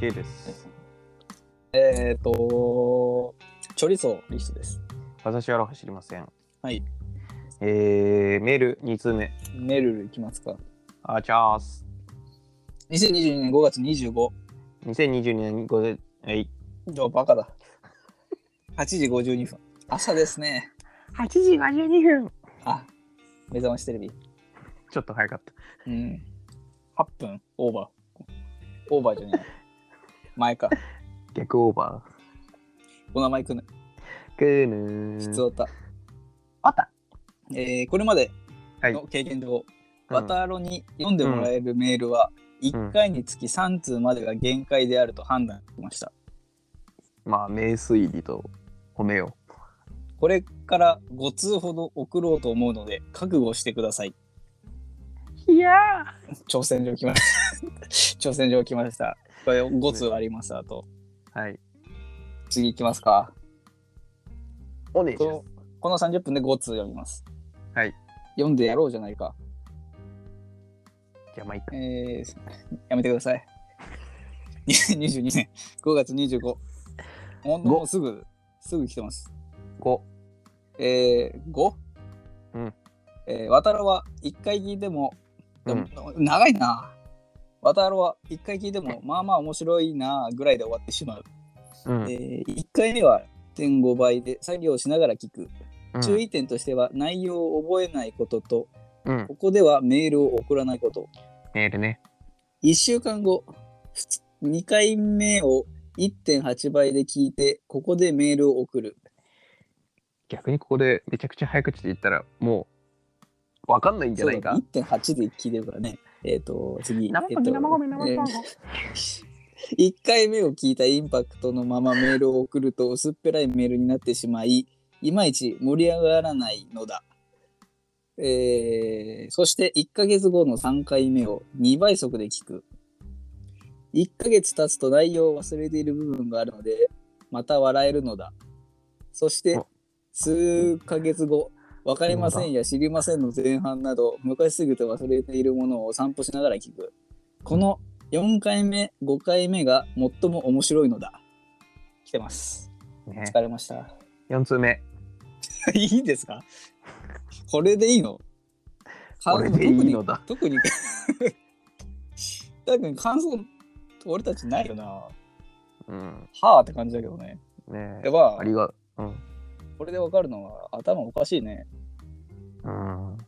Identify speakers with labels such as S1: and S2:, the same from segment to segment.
S1: K です。
S2: えっ、ー、と、チョリソーリストです。
S1: 私は走りません。
S2: はい。
S1: えー、メール2通目。
S2: メルルいきますか。
S1: あ、チャース。
S2: 2022年5月25。
S1: 2022年5で、はい。
S2: じゃあバカだ。8時52分。朝ですね。
S1: 8時52分。
S2: あ、目覚ましテレビ。
S1: ちょっと早かった。
S2: うん。8分オーバー。オーバーじゃない。前か。
S1: 逆オーバ
S2: お名前くね。
S1: ー。くーぬー。
S2: 質をた。
S1: あった。
S2: えーこれまで
S1: はい
S2: の経験上、
S1: う
S2: バ
S1: ん
S2: ターロに読んでもらえるメールは、1回につき3通までが限界であると判断しました。
S1: まあ、名推理と褒めよ。
S2: これから5通ほど送ろうと思うので覚悟してくださいう
S1: いや
S2: 挑戦状来ました 挑戦状来ましたこれ5通ありますあと
S1: ー。はい。
S2: 次行きますか
S1: お願いし
S2: こ
S1: ます
S2: の。この30分で5通読みます
S1: はい
S2: 読んでやろうじゃないか
S1: じゃあ、まあ、いっ
S2: え
S1: か。
S2: ー、やめてください 22年5月25ほんともうすぐすぐ来てます
S1: 5。
S2: えー、5?
S1: うん。
S2: えー、渡郎は1回聞いても、でも
S1: う
S2: 長いな。渡郎は1回聞いても、まあまあ面白いなぐらいで終わってしまう。
S1: うん。
S2: えー、1回目は1.5倍で作業しながら聞く。
S1: うん
S2: 注意点としては、内容を覚えないことと、
S1: うん。
S2: ここではメールを送らないこと。
S1: メールね。
S2: 1週間後、2回目を1.8倍で聞いて、ここでメールを送る。
S1: 逆にここでめちゃくちゃ早口で言ったら、もう、わかんないんじゃないか。
S2: そうだね1.8で聞いてるからね。えっ、と、次。
S1: 生麦
S2: えっと
S1: 生米生卵
S2: えー一回目を聞いたインパクトのままメールを送ると薄っぺらいメールになってしまい、いまいち盛り上がらないのだ。えーそして1ヶ月後の3回目を2倍速で聞く。1ヶ月経つと内容を忘れている部分があるので、また笑えるのだ。そして
S1: お
S2: 数ヶ月後、わかりませんや知りませんの前半など、昔すぎて忘れているものを散歩しながら聞く。この4回目、5回目が最も面白いのだ。来てます。
S1: ね、
S2: 疲れました。
S1: 4通目。
S2: いいですかこれでいいの
S1: これでいいのだ。
S2: 特に、 特に特に感想、俺たちないよな。は
S1: うん。
S2: あって感じだけどね。
S1: ね
S2: やば
S1: ありがうん。
S2: これでわかるのは頭おかしいね。
S1: うん。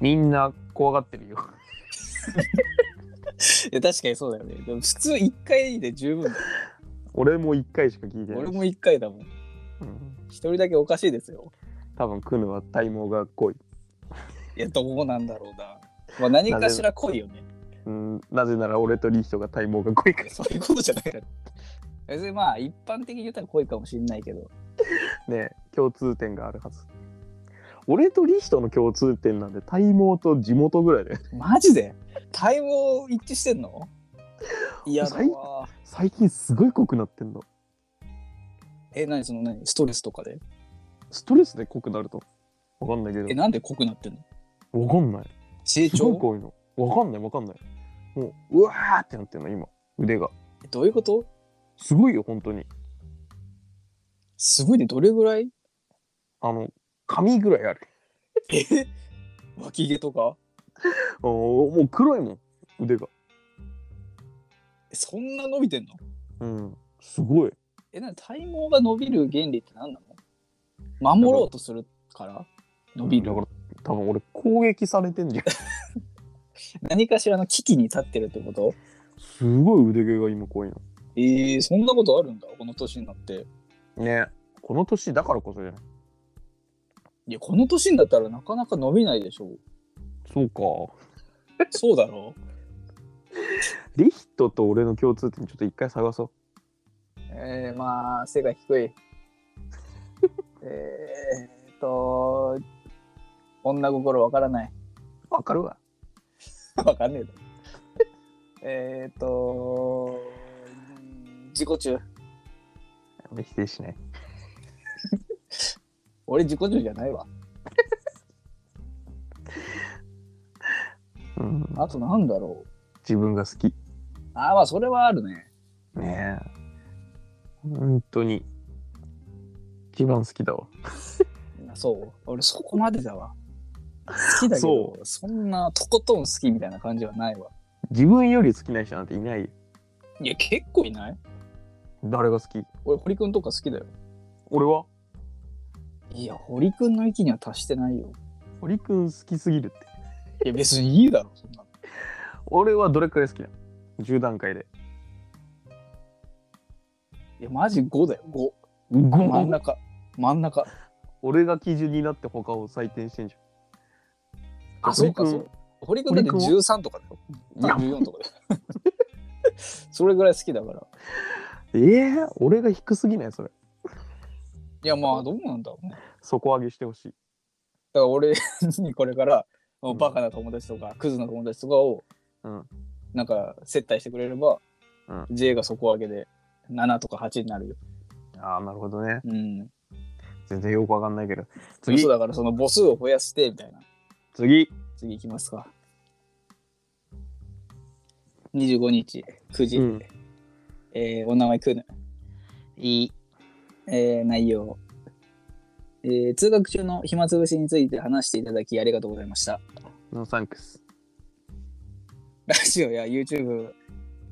S1: みんな怖がってるよ。
S2: いや確かにそうだよね。でも普通1回で十分だよ。
S1: 俺も1回しか聞いてない。
S2: 俺も1回だもん。
S1: うん、
S2: 一人だけおかしいですよ。
S1: 多分クヌは体毛が濃い。
S2: いや、どうなんだろうな。まあ、何かしら濃いよね。
S1: うん。なぜなら俺とリヒトが体毛が濃いか
S2: そういうことじゃないから。別にまあ、一般的に言ったら濃いかもしれないけど。
S1: ら。ね共通点があるはず。俺とリヒトの共通点なんで体毛と地元ぐらいで。
S2: マジで対応一致してんのいやだ
S1: 最
S2: わ。
S1: 最近すごい濃くなってんの。
S2: え、何その何ストレスとかで
S1: ストレスで濃くなると。わかんないけど
S2: え、。なんで濃くなってんの
S1: わかんない。
S2: 成
S1: すごい
S2: 長
S1: 濃いの。わかんないわかんない。もう、うわーってなってんの、今。腕が。
S2: えどういうこと
S1: すごいよ、本当に。
S2: すごいね。どれぐらい
S1: あの、髪ぐらいある。
S2: え脇毛とか
S1: おーもう黒いもん、腕が。
S2: えそんな伸びてんの
S1: うん。すごい。
S2: え、なに体毛が伸びる原理って何なの守ろうとするから伸びる
S1: だ。から、多分俺、攻撃されてんじゃん。
S2: 何かしらの危機に立ってるってこと
S1: すごい腕毛が今濃いの。
S2: えー、そんなことあるんだ、この年になって。
S1: ね。この年だからこそじゃない。
S2: いや、この年になったらなかなか伸びないでしょ。
S1: そうか。
S2: そうだろう。
S1: リヒトと俺の共通点、ちょっと一回探そう。
S2: えー、まあ、背 が低い。えーっと、女心わからない。
S1: わかるわ。
S2: わかんねえだろ。えーっと、うん自己中。
S1: 俺否定しない。
S2: 俺自己中じゃないわ。
S1: うん。
S2: あとなんだろう。
S1: 自分が好き。
S2: ああ、まあ、それはあるね。
S1: ねえ。本当に。一番好きだわ。
S2: そう俺そこまでだわ好きだけど
S1: そ
S2: そんなとことん好きみたいな感じはないわ
S1: 自分より好きな人なんていない。
S2: いや結構いない
S1: 誰が好き
S2: 俺堀くんとか好きだよ
S1: 俺はい
S2: や堀くんの域には達してないよ
S1: 堀くん好きすぎるって。
S2: いや別にいいだろそんなの
S1: 俺はどれくらい好きなの ?10 段階で。
S2: いやマジ5だよ5真ん
S1: 5!
S2: 中真ん中
S1: 俺が基準になって他を採点してんじゃん。
S2: あそうかそう堀くんだって
S1: 堀くん
S2: 13とかだよ
S1: いや
S2: 14とかだよ それぐらい好きだから
S1: えー、俺が低すぎないそれ。
S2: いやまあどうなんだろうね
S1: 底上げしてほしい。
S2: だから俺にこれから、
S1: うん
S2: バカな友達とかクズな友達とかを、
S1: うん
S2: なんか接待してくれれば、
S1: うん
S2: J が底上げで7とか8になるよ。
S1: ああ、なるほどね。
S2: うん、
S1: 全然よくわかんないけど。
S2: そ
S1: 次
S2: う、だからその母数を増やしてみたいな。
S1: 次。
S2: 次いきますか。25日9時、
S1: うん
S2: えーお名前くぬ。
S1: いい。
S2: えー内容、えー通学中の暇つぶしについて話していただきありがとうございました。
S1: ノーサンクス。
S2: ラジオや YouTube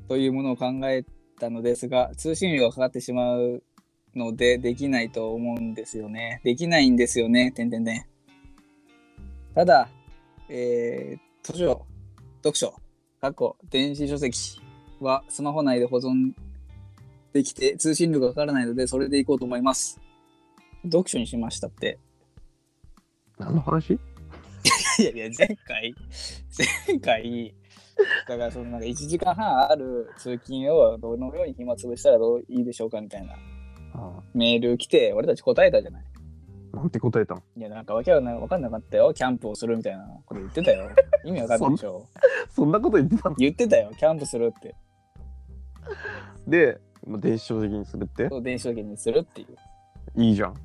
S2: というものを考えたのですが通信料がかかってしまうのでできないと思うんですよねできないんですよねてんてんてんただえー図書読書かっこ電子書籍はスマホ内で保存できて通信料がかからないのでそれでいこうと思います読書にしましたって
S1: 何の話
S2: いやいや、前回、前回、だからそのなんか1時間半ある通勤をどのように暇つぶしたらどういいでしょうかみたいな
S1: あ
S2: メール来て、俺たち答えたじゃない。
S1: あなんて答えたの
S2: いや、なんかわけわかんないわかんなかったよ。キャンプをするみたいなこと言ってたよ。意味わかんないでしょ。
S1: そんなこと言ってたの
S2: 言ってたよ、キャンプするって。
S1: で、まあ、電子書籍にするって
S2: そう電子書籍にするっていう。
S1: いいじゃん。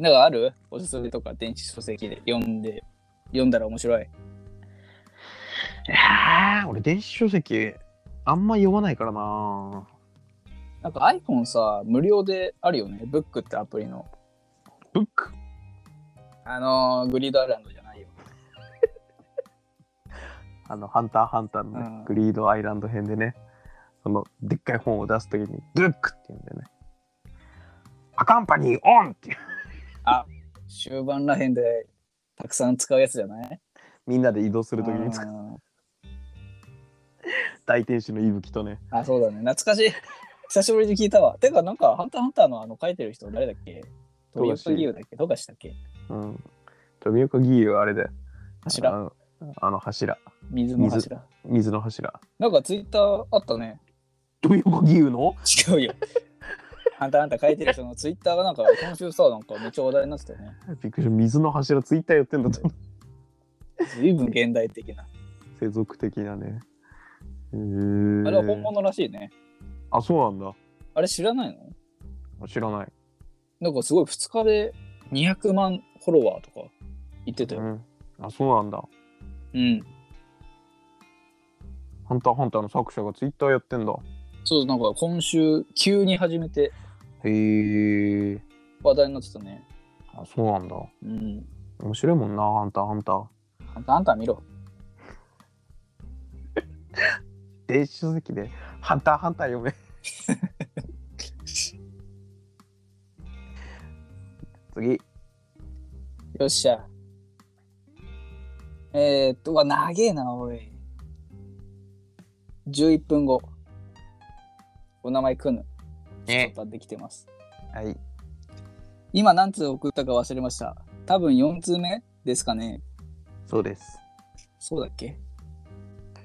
S2: なんかあるおすすめとか電子書籍で読んで、読んだら面白い。
S1: えー、俺電子書籍あんま読まないからな
S2: なんか iPhone さ、無料であるよね。ブックってアプリの。
S1: ブック
S2: あのーグリードアイランドじゃないよ。
S1: あの「ハンターハンター」のね、
S2: うん
S1: グリードアイランド編でねそのでっかい本を出すときに「ブック」って言うんだよね「アカンパニーオン!」っていう
S2: 終盤らへんでたくさん使うやつじゃない
S1: みんなで移動するときに使う
S2: あ
S1: 大天使の息吹とね
S2: ーあそうだね懐かしい 久しぶりに聞いたわてかなんか「ハンターハンターの」あの書いてる人誰だっけ
S1: 富樫
S2: トリオだっけどうかしたっけ
S1: うん富岡義勇はあれで
S2: 柱
S1: あのあの柱
S2: 水の柱
S1: 水の柱
S2: なんかツイッターあったね
S1: 富岡義勇の
S2: 違うよ ハンターハンター書いてる人のツイッターがなんか今週さなんかめっちゃ話題になってたよね
S1: びっくりした水の柱ツイッターやってんだと思う
S2: 随分現代的な
S1: 世俗的なねへえ
S2: あれは本物らしいね
S1: あそうなん
S2: あれ知らないの
S1: だ知らない
S2: なんかすごい2日で200万フォロワーとか言ってた
S1: う
S2: よ
S1: ん、あそうなんだ
S2: うん
S1: 「ハンターハンター」の作者がツイッターやってんだ
S2: そう、なんか今週、急に始めて
S1: へえ
S2: 話題になってたね。
S1: あそうなんだ
S2: うん。
S1: 面白いもんな「ハンターハンター
S2: あんた、あんた見ろ。」
S1: 電子書籍で「ハンターハンター」 読め次
S2: よっしゃ。えー、っと、うわ、長えな、おい。11分後。お名前くぬ。ちょっとできてます。
S1: はい
S2: 今何通送ったか忘れました。多分4通目ですかね。
S1: そうです
S2: そうだっけ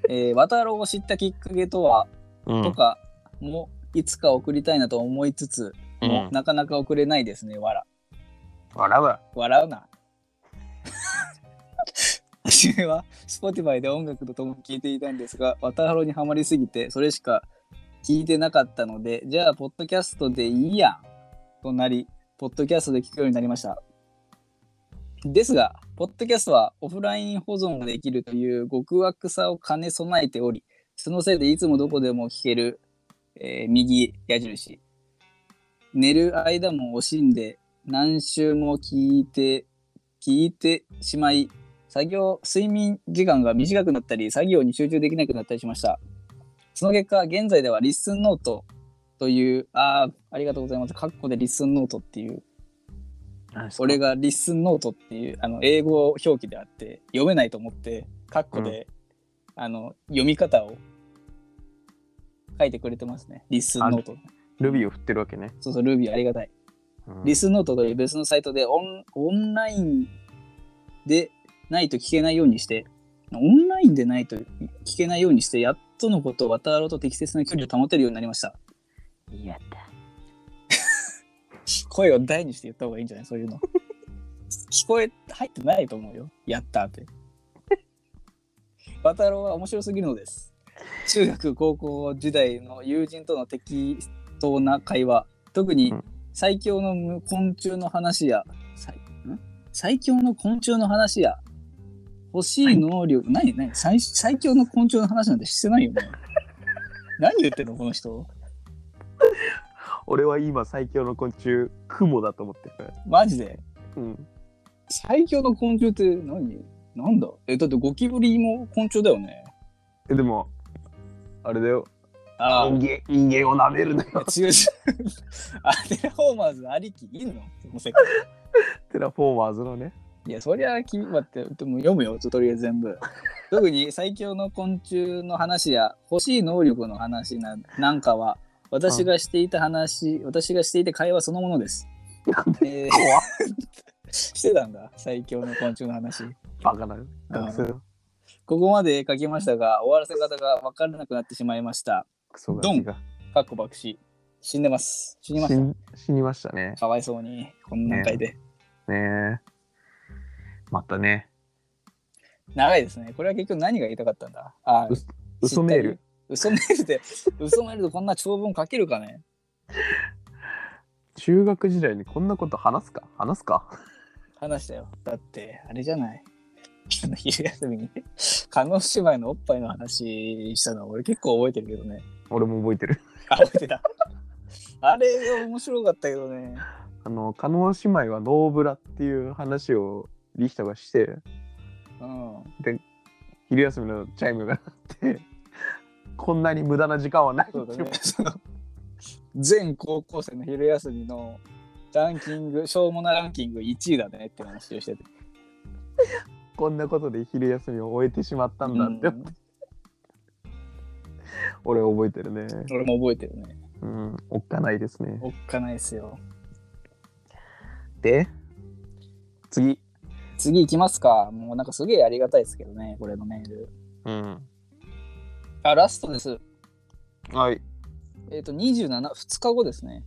S2: えー、渡郎を知ったきっかけとは、
S1: うん
S2: とかもいつか送りたいなと思いつつ、も
S1: うん
S2: なかなか送れないですね、わら。
S1: 笑うわ
S2: 笑うな。 初めは Spotify で音楽とともに聴いていたんですが、ワタハロにはまりすぎて、それしか聞いてなかったので、じゃあ、ポッドキャストでいいやんとなり、ポッドキャストで聞くようになりました。ですが、ポッドキャストはオフライン保存ができるという極悪さを兼ね備えており、そのせいでいつもどこでも聞ける、えー右矢印。寝る間も惜しんで、何周も聞いて、聞いてしまい、作業、睡眠時間が短くなったり、作業に集中できなくなったりしました。その結果、現在ではリッスンノートという、あーありがとうございます。カッコでリッスンノートっていう、俺
S1: が。
S2: がリッスンノートっていう、あの、英語表記であって、読めないと思って、カッコで、あの、読み方を書いてくれてますね。リッスンノート。
S1: ルビーを振ってるわけね。
S2: そうそう、ルビーありがたい。
S1: うん
S2: リスノートという別のサイトでオンオンラインでないと聞けないようにして、オンラインでないと聞けないようにして、やっとのことを渡ろうと適切な距離を保てるようになりました。
S1: や った。
S2: 声を大にして言った方がいいんじゃないそういうの。聞こえ、入ってないと思うよ。やったって。渡郎は面白すぎるのです。中学、高校時代の友人との適当な会話、特に
S1: うん
S2: 最強の昆虫の話や、最ん最強の昆虫の話や、欲しい能力、何何最最強の昆虫の話なんてしてないよね。何言ってんのこの人。
S1: 俺は今最強の昆虫、クモだと思ってるから。
S2: マジで。
S1: うん。
S2: 最強の昆虫って何なんだえ、だってゴキブリも昆虫だよね。
S1: え、でも、あれだよ。
S2: ああ、
S1: 人間、人間を舐めるなよ。
S2: 違う違う。アテラフォーマーズありきいんのその世界
S1: テラフォーマーズのね。
S2: いや、そりゃ、君、待って、でも読むよ、とりあえず 全部。特に最強の昆虫の話や欲しい能力の話ななんかは、私がしていた話、私がしていた会話そのものです。えー
S1: 怖っ。
S2: してたんだ、最強の昆虫の話。
S1: バカな学生の。
S2: ここまで書きましたが、終わらせ方が分からなくなってしまいました。
S1: クソガキが。
S2: かっこ爆死。死んでます。死にまし
S1: 死
S2: た。
S1: ん死にましたね。
S2: かわいそうに、この段階で。
S1: ねえ。またね。
S2: 長いですね。これは結局何が言いたかったんだあー
S1: 嘘嘘メール。
S2: 嘘メールで、嘘メールでこんな長文書けるかね
S1: 中学時代にこんなこと話すか話すか
S2: 話したよ。だって、あれじゃない。あの昼休みに、カノ姉妹のおっぱいの話したの俺結構覚えてるけどね。
S1: 俺も覚えてる。
S2: あ、覚えてた。あれ面白かったけどね。
S1: あの、加納姉妹はノーブラっていう話をリヒタがして、
S2: うん。
S1: 昼休みのチャイムが鳴って、 こんなに無駄な時間はない
S2: そうだ
S1: って
S2: ね。その全高校生の昼休みのランキング、しょうもなランキング1位だねって話をしてて。
S1: こんなことで昼休みを終えてしまったんだって、
S2: うん
S1: 俺覚えてるね。
S2: 俺も覚えてるね。
S1: うん、おっかないですね。
S2: おっかないですよ。
S1: で、次。
S2: 次行きますか。もうなんかすげえありがたいですけどね、これのメール。
S1: うん。
S2: あ、ラストです。
S1: はい。
S2: えっ、と、27、2日後ですね。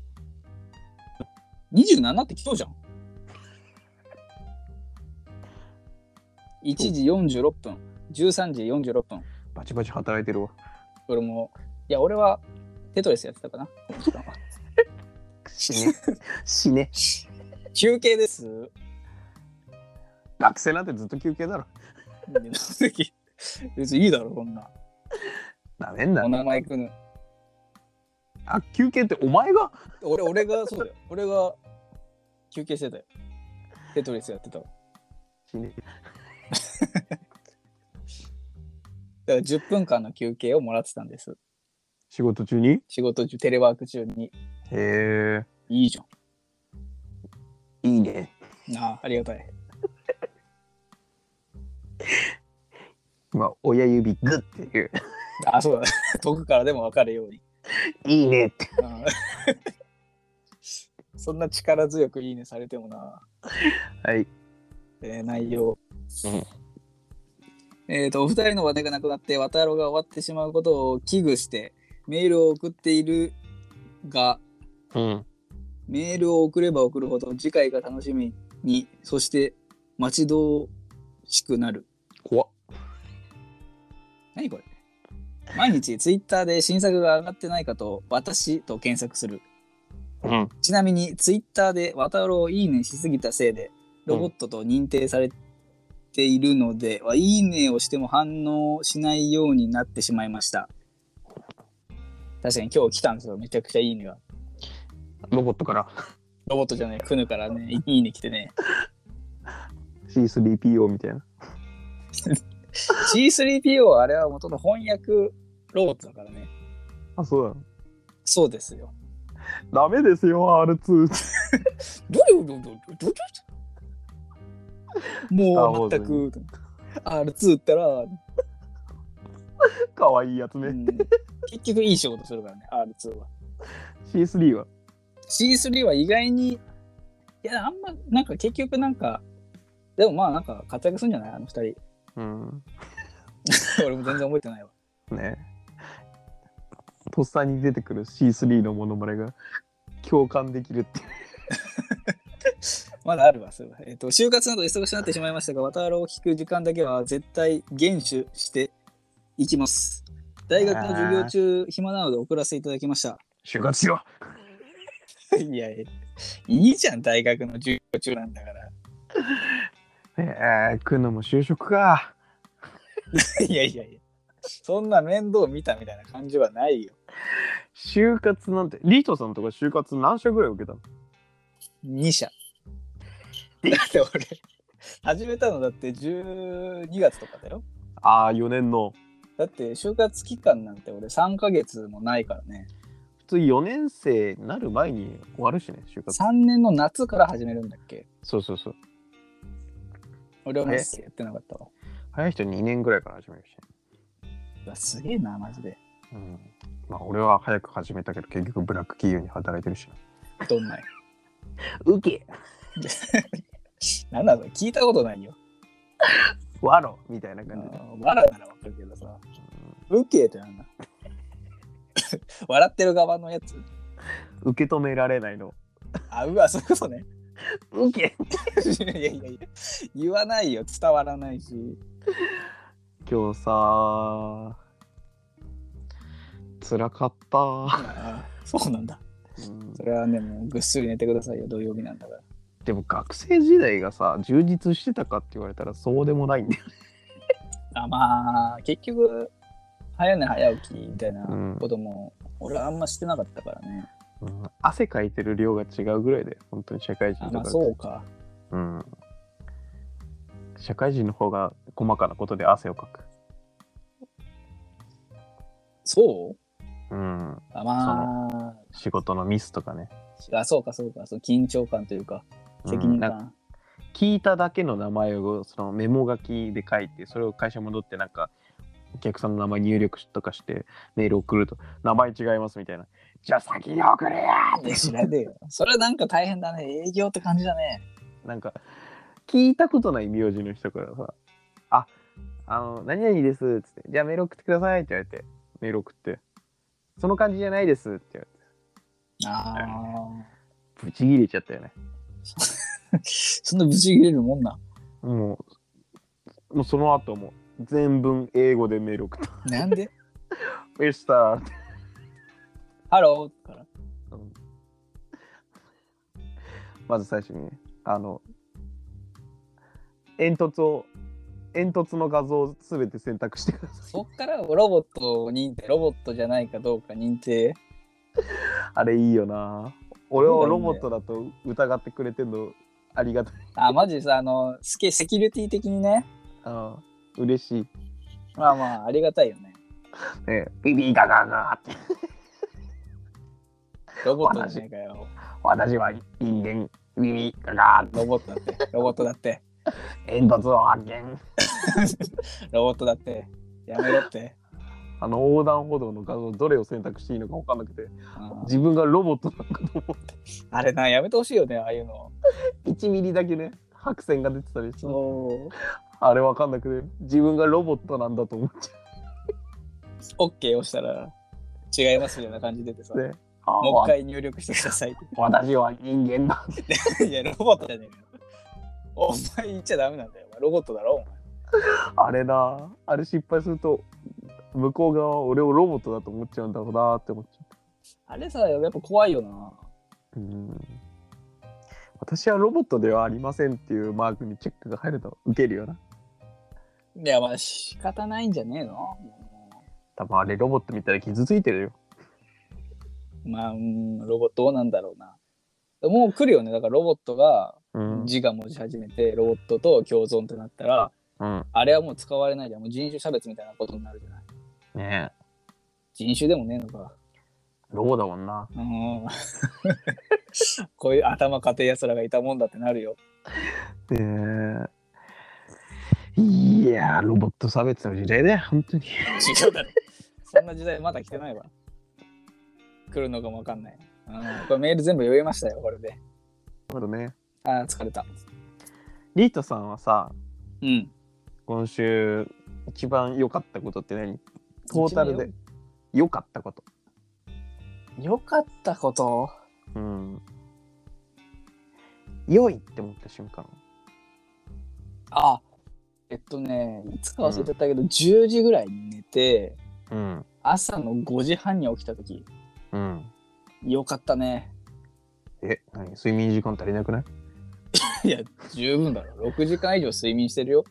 S2: 27って今日じゃん。1時46分、13時46分。
S1: バチバチ働いてるわ。
S2: 俺も、いや、俺はテトレスやってたかな。 この時間は
S1: 死 ね。死ね。
S2: 休憩です。
S1: 学生なんてずっと休憩だろ。
S2: 別にいいだろ、こんな。
S1: なめんな
S2: お。名前くぬ。
S1: あ、休憩ってお前が
S2: 俺、俺が、そうだよ。俺が休憩してたよ。テトリスやってたわ。
S1: 死ね。
S2: だから10分間の休憩をもらってたんです。
S1: 仕事中に
S2: 仕事中、テレワーク中に。
S1: へえ。
S2: いいじゃ
S1: いいね。
S2: ん。ああ、ありがたい。
S1: 今、親指グッていう。
S2: ああ、そうだ。 遠くからでも分かるように。
S1: いいねって。
S2: ああ そんな力強くいいねされてもな。
S1: はい。
S2: えー内容。
S1: うん
S2: えーと、お二人の話題がなくなって、渡郎が終わってしまうことを危惧して、メールを送っているが、
S1: うん。
S2: メールを送れば送るほど次回が楽しみに、そして待ち遠しくなる。
S1: 怖っ。
S2: 何これ毎日ツイッターで新作が上がってないかと、私と検索する。
S1: うん。
S2: ちなみにツイッターで渡郎をいいねしすぎたせいで、ロボットと認定されているので、いいねをしても反応しないようになってしまいました。確かに今日来たんですよ。めちゃくちゃいいねが。
S1: ロボットから
S2: ロボットじゃない、クヌからね、いいね来てね。
S1: C3PO みたいな。
S2: C3PO あれは元の翻訳ロボットだからね。
S1: あ、そう
S2: そうですよ。
S1: だ。ダメですよ、R2。
S2: どれをどれどれどれもう全く R2 ったら、
S1: かわいいやつ
S2: う
S1: ね。
S2: ん結局いい仕事するからね R2 は
S1: C3 は。
S2: C3 は意外にいやあんまなんか結局なんかでもまあなんか活躍するんじゃないあの二人
S1: うん。
S2: 俺も全然覚えてないわ
S1: ねとっさに出てくる C3 のモノマネが共感できるっていう。
S2: まだあるわそれは、えっと就活など忙しくなってしまいましたが渡るを聞く時間だけは絶対厳守していきます大学の授業中暇なので送らせていただきました
S1: 就活しろ
S2: いやいいじゃん大学の授業中なんだから
S1: え ー、くのも就職か。
S2: いやいやいや、そんな面倒見たみたいな感じはないよ。
S1: 就活なんて、リートさんとか就活何社ぐらい受けたの
S2: 2社。だって俺、始めたのだって12月とかだよ。
S1: ああ、4年の。
S2: だって就活期間なんて俺3ヶ月もないからね。
S1: 普通4年生になる前に終わるしね、就活。
S2: 3年の夏から始めるんだっけ
S1: そうそうそう。
S2: 俺はもう
S1: え
S2: やってなかったわ。
S1: 早い人2年ぐらいから始めるしね。
S2: うわすげえな、マジで。
S1: うん。まあ、俺は早く始めたけど、結局ブラック企業に働いてるしな。
S2: どんなや。
S1: ウケ
S2: なんだろう、聞いたことないよ。
S1: わろみたいな
S2: あ
S1: 感じで。
S2: ーわらならわかるけどさ。ウケってなんだ笑ってる側のやつ。
S1: 受け止められないの。
S2: あ、うわ、そういうことね。
S1: ウケ
S2: いやいやいや、言わないよ、伝わらないし。
S1: 今日さ、辛かった。
S2: ああそうなんだ。
S1: うん
S2: それはね、もうぐっすり寝てくださいよ、土曜日なんだから。
S1: でも学生時代がさ、充実してたかって言われたらそうでもないんだよ。
S2: あまあ、結局、早寝早起きみたいな
S1: うん
S2: ことも、俺はあんましてなかったからね。
S1: うん汗かいてる量が違うぐらいで、本当に社会人
S2: あ
S1: と
S2: まあ、
S1: か。
S2: そうか。
S1: うん。社会人の方が細かなことで汗をかく。
S2: そ
S1: う
S2: う
S1: ん。
S2: あま
S1: 仕事のミスとかね。
S2: あ、あそうか、そうか。その緊張感というか、
S1: うん
S2: 責任
S1: な
S2: 感。
S1: んか聞いただけの名前をそのメモ書きで書いて、それを会社戻ってなんか、お客さんの名前入力とかしてメール送ると名前違いますみたいな。じゃあ先に送れや
S2: いや知らねえよ。それはなんか大変だね。営業って感じだね。
S1: なんか聞いたことない名字の人からさ「ああの何々です」っつって「じゃあメール送ってください」って言われてメール送って「その感じじゃないです」って言わ
S2: あ
S1: れてブチギレちゃったよね
S2: あ。そんなぶち切れるもんな。
S1: もうもうその後も全文英語でメール送った
S2: なんで
S1: 「 ミスター」って
S2: ハローから。
S1: まず最初にねあの煙突を煙突の画像を全て選択してください
S2: そっからロボット認定、ロボットじゃないかどうか認定。
S1: あれいいよな俺をロボットだと疑ってくれてんのありがたい
S2: あ、マジでさ、あの、すげえセキュリティ的にね。
S1: ああ嬉しい。
S2: まあまあ、ありがたいよね。
S1: ね、ビビガガガって。
S2: ロボットじゃないかよ。
S1: 私は人間。ビビガガ
S2: ロボットだって、ロボットだって、
S1: 煙突を発見。
S2: ロボットだって、やめろって。
S1: あの横断歩道の画像どれを選択していいのか分かんなくて
S2: あ
S1: 自分がロボットなのかと思
S2: あれな、やめてほしいよね、ああいうの。
S1: う1ミリだけね白線が出てたりして
S2: そう。
S1: あれ分かんなくて自分がロボットなんだと思っちゃ
S2: OK 押したら、違いますみたいな感じ出てさ、
S1: って
S2: もう一
S1: あ
S2: 回入力してくださいっ
S1: 私は人間だ
S2: て。 いや、ロボットじゃねえよ。お前言っちゃダメなんだよ。ロボットだろ、お前。
S1: あれなあれ失敗すると向こう側は俺をロボットだと思っちゃうんだろうなって思っちゃう
S2: あれさ、やっぱ怖いよな。
S1: うん私はロボットではありませんっていうマークにチェックが入るとウケるよな。
S2: いや、まあ仕方ないんじゃねえのもう
S1: 多分あれロボット見たら傷ついてるよ。
S2: まあ、うん、ロボットどうなんだろうな。もう来るよね。だからロボットが
S1: うん。
S2: 自我持ち始めて、ロボットと共存ってなったら、
S1: うん。
S2: あれはもう使われないじゃん。もう人種差別みたいなことになるじゃない。
S1: ねえ。
S2: 人種でもねえのか。
S1: ロボだもんな。
S2: うん こういう頭固い奴らがいたもんだってなるよ。
S1: ねえ。いやー、ロボット差別の時代だよ、本当に。
S2: 違うだろ。そんな時代まだ来てないわ。来るのかもわかんない。うん、これメール全部読めましたよ、これで。
S1: そうだね。
S2: ああ、疲れた。
S1: リートさんはさ、
S2: うん。
S1: 今週、一番良かったことって何トータル
S2: 一番
S1: で良かったこと。
S2: よ。良かったこと
S1: うん。良いって思った瞬間。
S2: あ、えっとね、いつか忘れちゃったけど、10時ぐらいに寝て、
S1: うん。
S2: 朝の5時半に起きたとき、
S1: うん。
S2: よかったね。
S1: え、何睡眠時間足りなくない
S2: いや、十分だろ。6時間以上睡眠してるよ。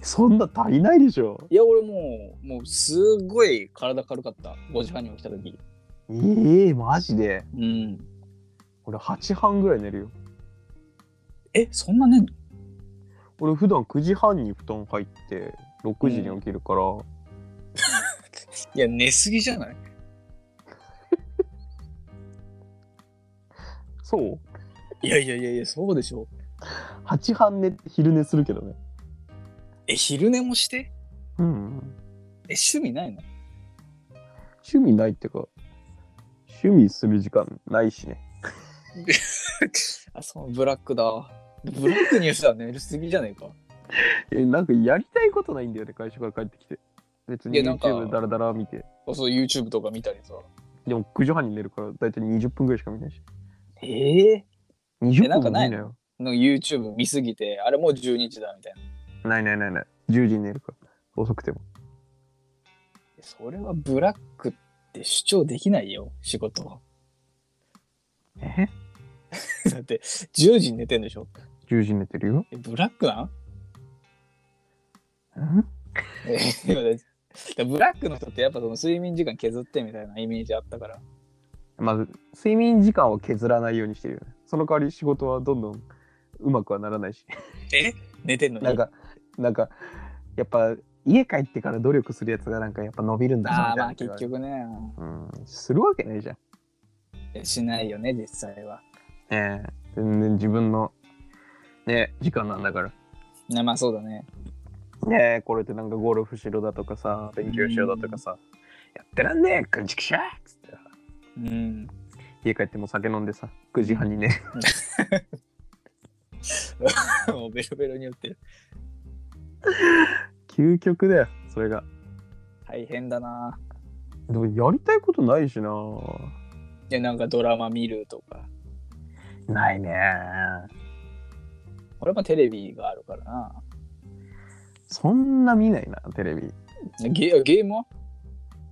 S1: そんな足りないでしょ。
S2: いや、俺もう、もう、すごい体軽かった。5時半に起きたとき。
S1: ええマジで。
S2: うん。
S1: 俺8半ぐらい寝るよ。
S2: え、そんなね、
S1: 俺普段9時半に布団入って6時に起きるから、
S2: いや、寝すぎじゃない
S1: そう
S2: いやいやいやいや、そうでしょ。
S1: 8半寝って昼寝するけどね。
S2: え、昼寝もして
S1: うん、うん。
S2: え、趣味ないの
S1: 趣味ないってか、趣味する時間ないしね。
S2: あ、そう、ブラックだ。ブラックニュースだね。 寝すぎじゃねえか。
S1: え、なんかやりたいことないんだよね、会社から帰ってきて。別に
S2: いやなんか
S1: YouTube ダラダラ見て。
S2: あそう、YouTube とか見たりさ。
S1: でも9時半に寝るから大体20分ぐらいしか見ないし。
S2: ええ
S1: 20
S2: なん
S1: 分も
S2: かな
S1: ないいのよ。
S2: の YouTube 見すぎて、あれもう12時だみたいな。
S1: ないないないない。10時に寝るから。遅くても。
S2: それはブラックって主張できないよ、仕事 は。
S1: え
S2: だって、10時に寝てんでしょ
S1: ?10 時に寝てるよ。
S2: え、ブラックなん
S1: うん
S2: え 今だだブラックの人ってやっぱその睡眠時間削ってみたいなイメージあったから。
S1: まず睡眠時間を削らないようにしてるよね。その代わり仕事はどんどんうまくはならないし。
S2: え寝てんのに
S1: なんか、なんか、やっぱ家帰ってから努力するやつがなんかやっぱ伸びるんだ
S2: ああまあ
S1: みたい
S2: 結
S1: な
S2: 局ね、
S1: うん、するわけないじゃん。
S2: しないよね、実際は。
S1: ねえ全然自分の、ねえ時間なんだから。
S2: ね、まあそうだね。
S1: ねえこれってなんかゴルフしろだとかさ、勉強しようだとかさ、やってらんねえ、くんちくしゃーっつってさ
S2: うん。
S1: 家帰っても酒飲んでさ、9時半にね。
S2: もうベロベロに打ってる。
S1: 究極だよ、それが。
S2: 大変だな。
S1: でもやりたいことないしない
S2: や、なんかドラマ見るとか。
S1: ないね
S2: 俺もテレビがあるからな。
S1: そんな見ないな、テレビ。
S2: ゲゲームは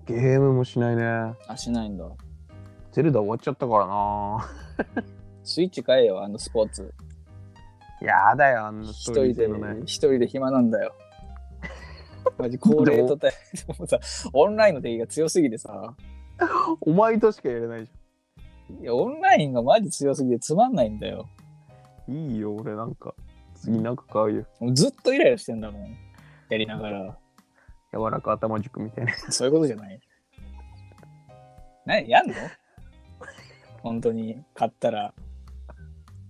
S1: ゲームもしないね。
S2: あ、しないんだ。
S1: ゼルダ終わっちゃったからな。
S2: スイッチ買えよ、あのスポーツ。
S1: やだよ、あんな
S2: 一
S1: ストー
S2: 人
S1: リー
S2: で
S1: 性のね、。
S2: 一人で暇なんだよ。マジ高齢 と対もうさ、オンラインの敵が強すぎてさ。
S1: お前としかやれないじ
S2: いや、オンラインがマジ強すぎてつまんないんだよ。
S1: ゃん。いいよ、俺なんか。次なんか買うよ。
S2: もうずっとイライラしてんだもん。やりながら。
S1: 柔らか頭塾みたいな。
S2: そういうことじゃない。何やんの本当に買ったら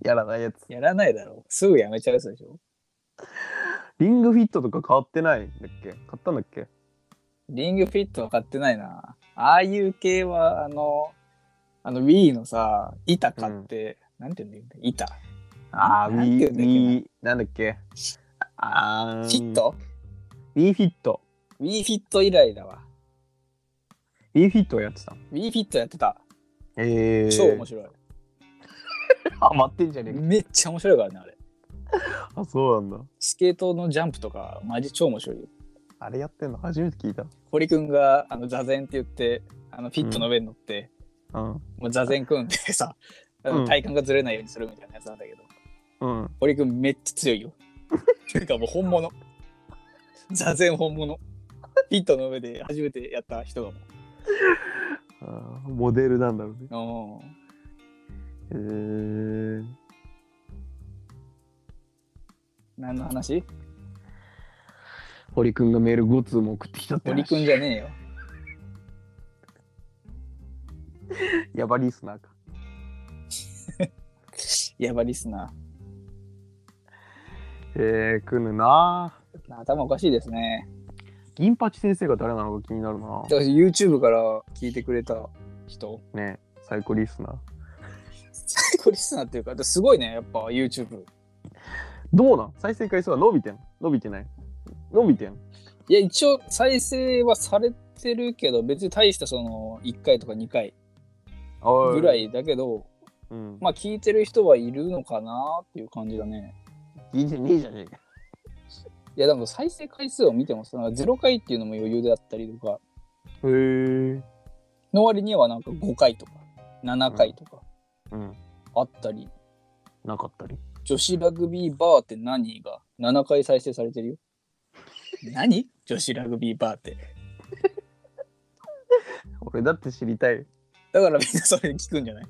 S1: やらないやつ。
S2: やらないだろう。すぐやめちゃうやつでしょ。
S1: リングフィットとか変わってないんだっけ買ったんだっけ
S2: リングフィットは買ってないな。ああいう系はあの、あの Wii のさ、板買って、なんていうんだっけ板。
S1: あー、
S2: な
S1: ウ
S2: んて
S1: ィ
S2: い
S1: ー、ウ
S2: うんだ
S1: ィ
S2: っけな
S1: ー、なんだっけあ
S2: フ
S1: ー、
S2: ィット
S1: ウィーフィット。
S2: ?Wii フィット以来だわ。
S1: ウィーフィットをやってたの。
S2: Wii フィットやってた。
S1: えー、
S2: 超 面白い。
S1: ハマってんじゃねえか。
S2: めっちゃ面白いからね、あれ。
S1: あ、そうなんだ。
S2: スケートのジャンプとか、マジ超面白いよ。
S1: あれやってんの初めて聞いた。
S2: 堀くんがあの座禅って言って、あのフィットの上に乗って、
S1: うん。
S2: もう座禅組んでさ、あ
S1: う
S2: の
S1: ん
S2: 体幹がずれないようにするみたいなやつなんだけど、
S1: うん。
S2: 堀君めっちゃ強 いよ。ていうかもう本物。座禅本物。フィットの上で初めてやった人がもう。
S1: あーモデルなんだろうね。
S2: おー
S1: えー、
S2: 何の話
S1: 堀くんがメール5通も送ってきたって
S2: 堀くん
S1: 話。
S2: じゃねえよ。
S1: やばリスナーか。
S2: やばリスナ
S1: えー、くぬな
S2: ー。頭おかしいですね。
S1: 銀八先生が誰なのか気になるな
S2: 私 YouTube から聞いてくれた人。
S1: ねサイコリスナー。
S2: 最高リスナーっていうか、すごいね、やっぱ YouTube。
S1: どうなん再生回数は伸びてん伸びてない伸びてん
S2: いや、一応再生はされてるけど、別に大したその1回とか2回ぐら
S1: い、
S2: いだけど、
S1: うん、
S2: まあ聞いてる人はいるのかなっていう感じだね。
S1: いいじゃねえじゃねえか
S2: いや、でも再生回数を見てもさ、0回っていうのも余裕であったりとか、
S1: へえ
S2: の割にはなんか5回とか、7回とか
S1: うん
S2: あったり、
S1: なかったり
S2: 女子ラグビーバーって何が7回再生されてるよ。何女子ラグビーバーって。
S1: 俺だって知りたい
S2: だからみんなそれ聞くんじゃない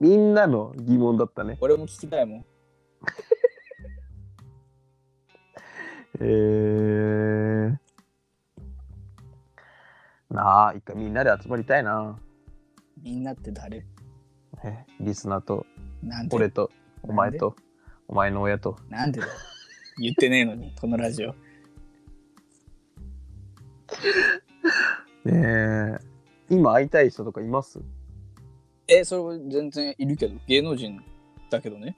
S1: みんなの疑問だったね
S2: 俺も聞きたいもん。
S1: へえなあ一回みんなで集まりたいな
S2: みんなって誰
S1: えリスナーと
S2: なんで
S1: 俺とお前とお前の親と
S2: なんでだよ言ってねえのに、このラジオ。
S1: ねえ今会いたい人とかいます
S2: え、それは全然いるけど、芸能人だけどね。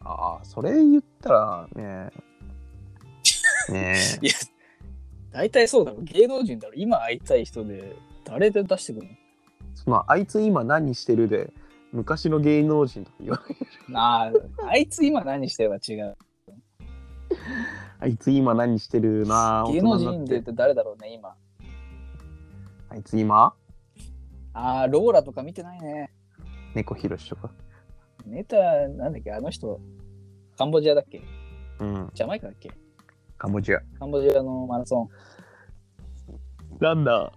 S1: ああそれ言ったらねえねえ
S2: いや、大体そうだろ。芸能人だろ。今会いたい人で、誰で出してくる
S1: そのあいつ今何してるで昔の芸能人とか言わない
S2: のああ、あいつ今何してるは違う。
S1: あいつ今何してるな
S2: 芸能
S1: 大人
S2: 人
S1: に
S2: で
S1: な
S2: 言
S1: っ
S2: う
S1: て
S2: と誰だろうね、今。
S1: あいつ今
S2: ああ、ローラとか見てないね。
S1: 猫ひろしとか
S2: ネタ、なんだっけ、あの人、カンボジアだっけ
S1: うん
S2: ジャマイカだっけ
S1: カンボジア
S2: カンボジアのマラソン。
S1: なんだ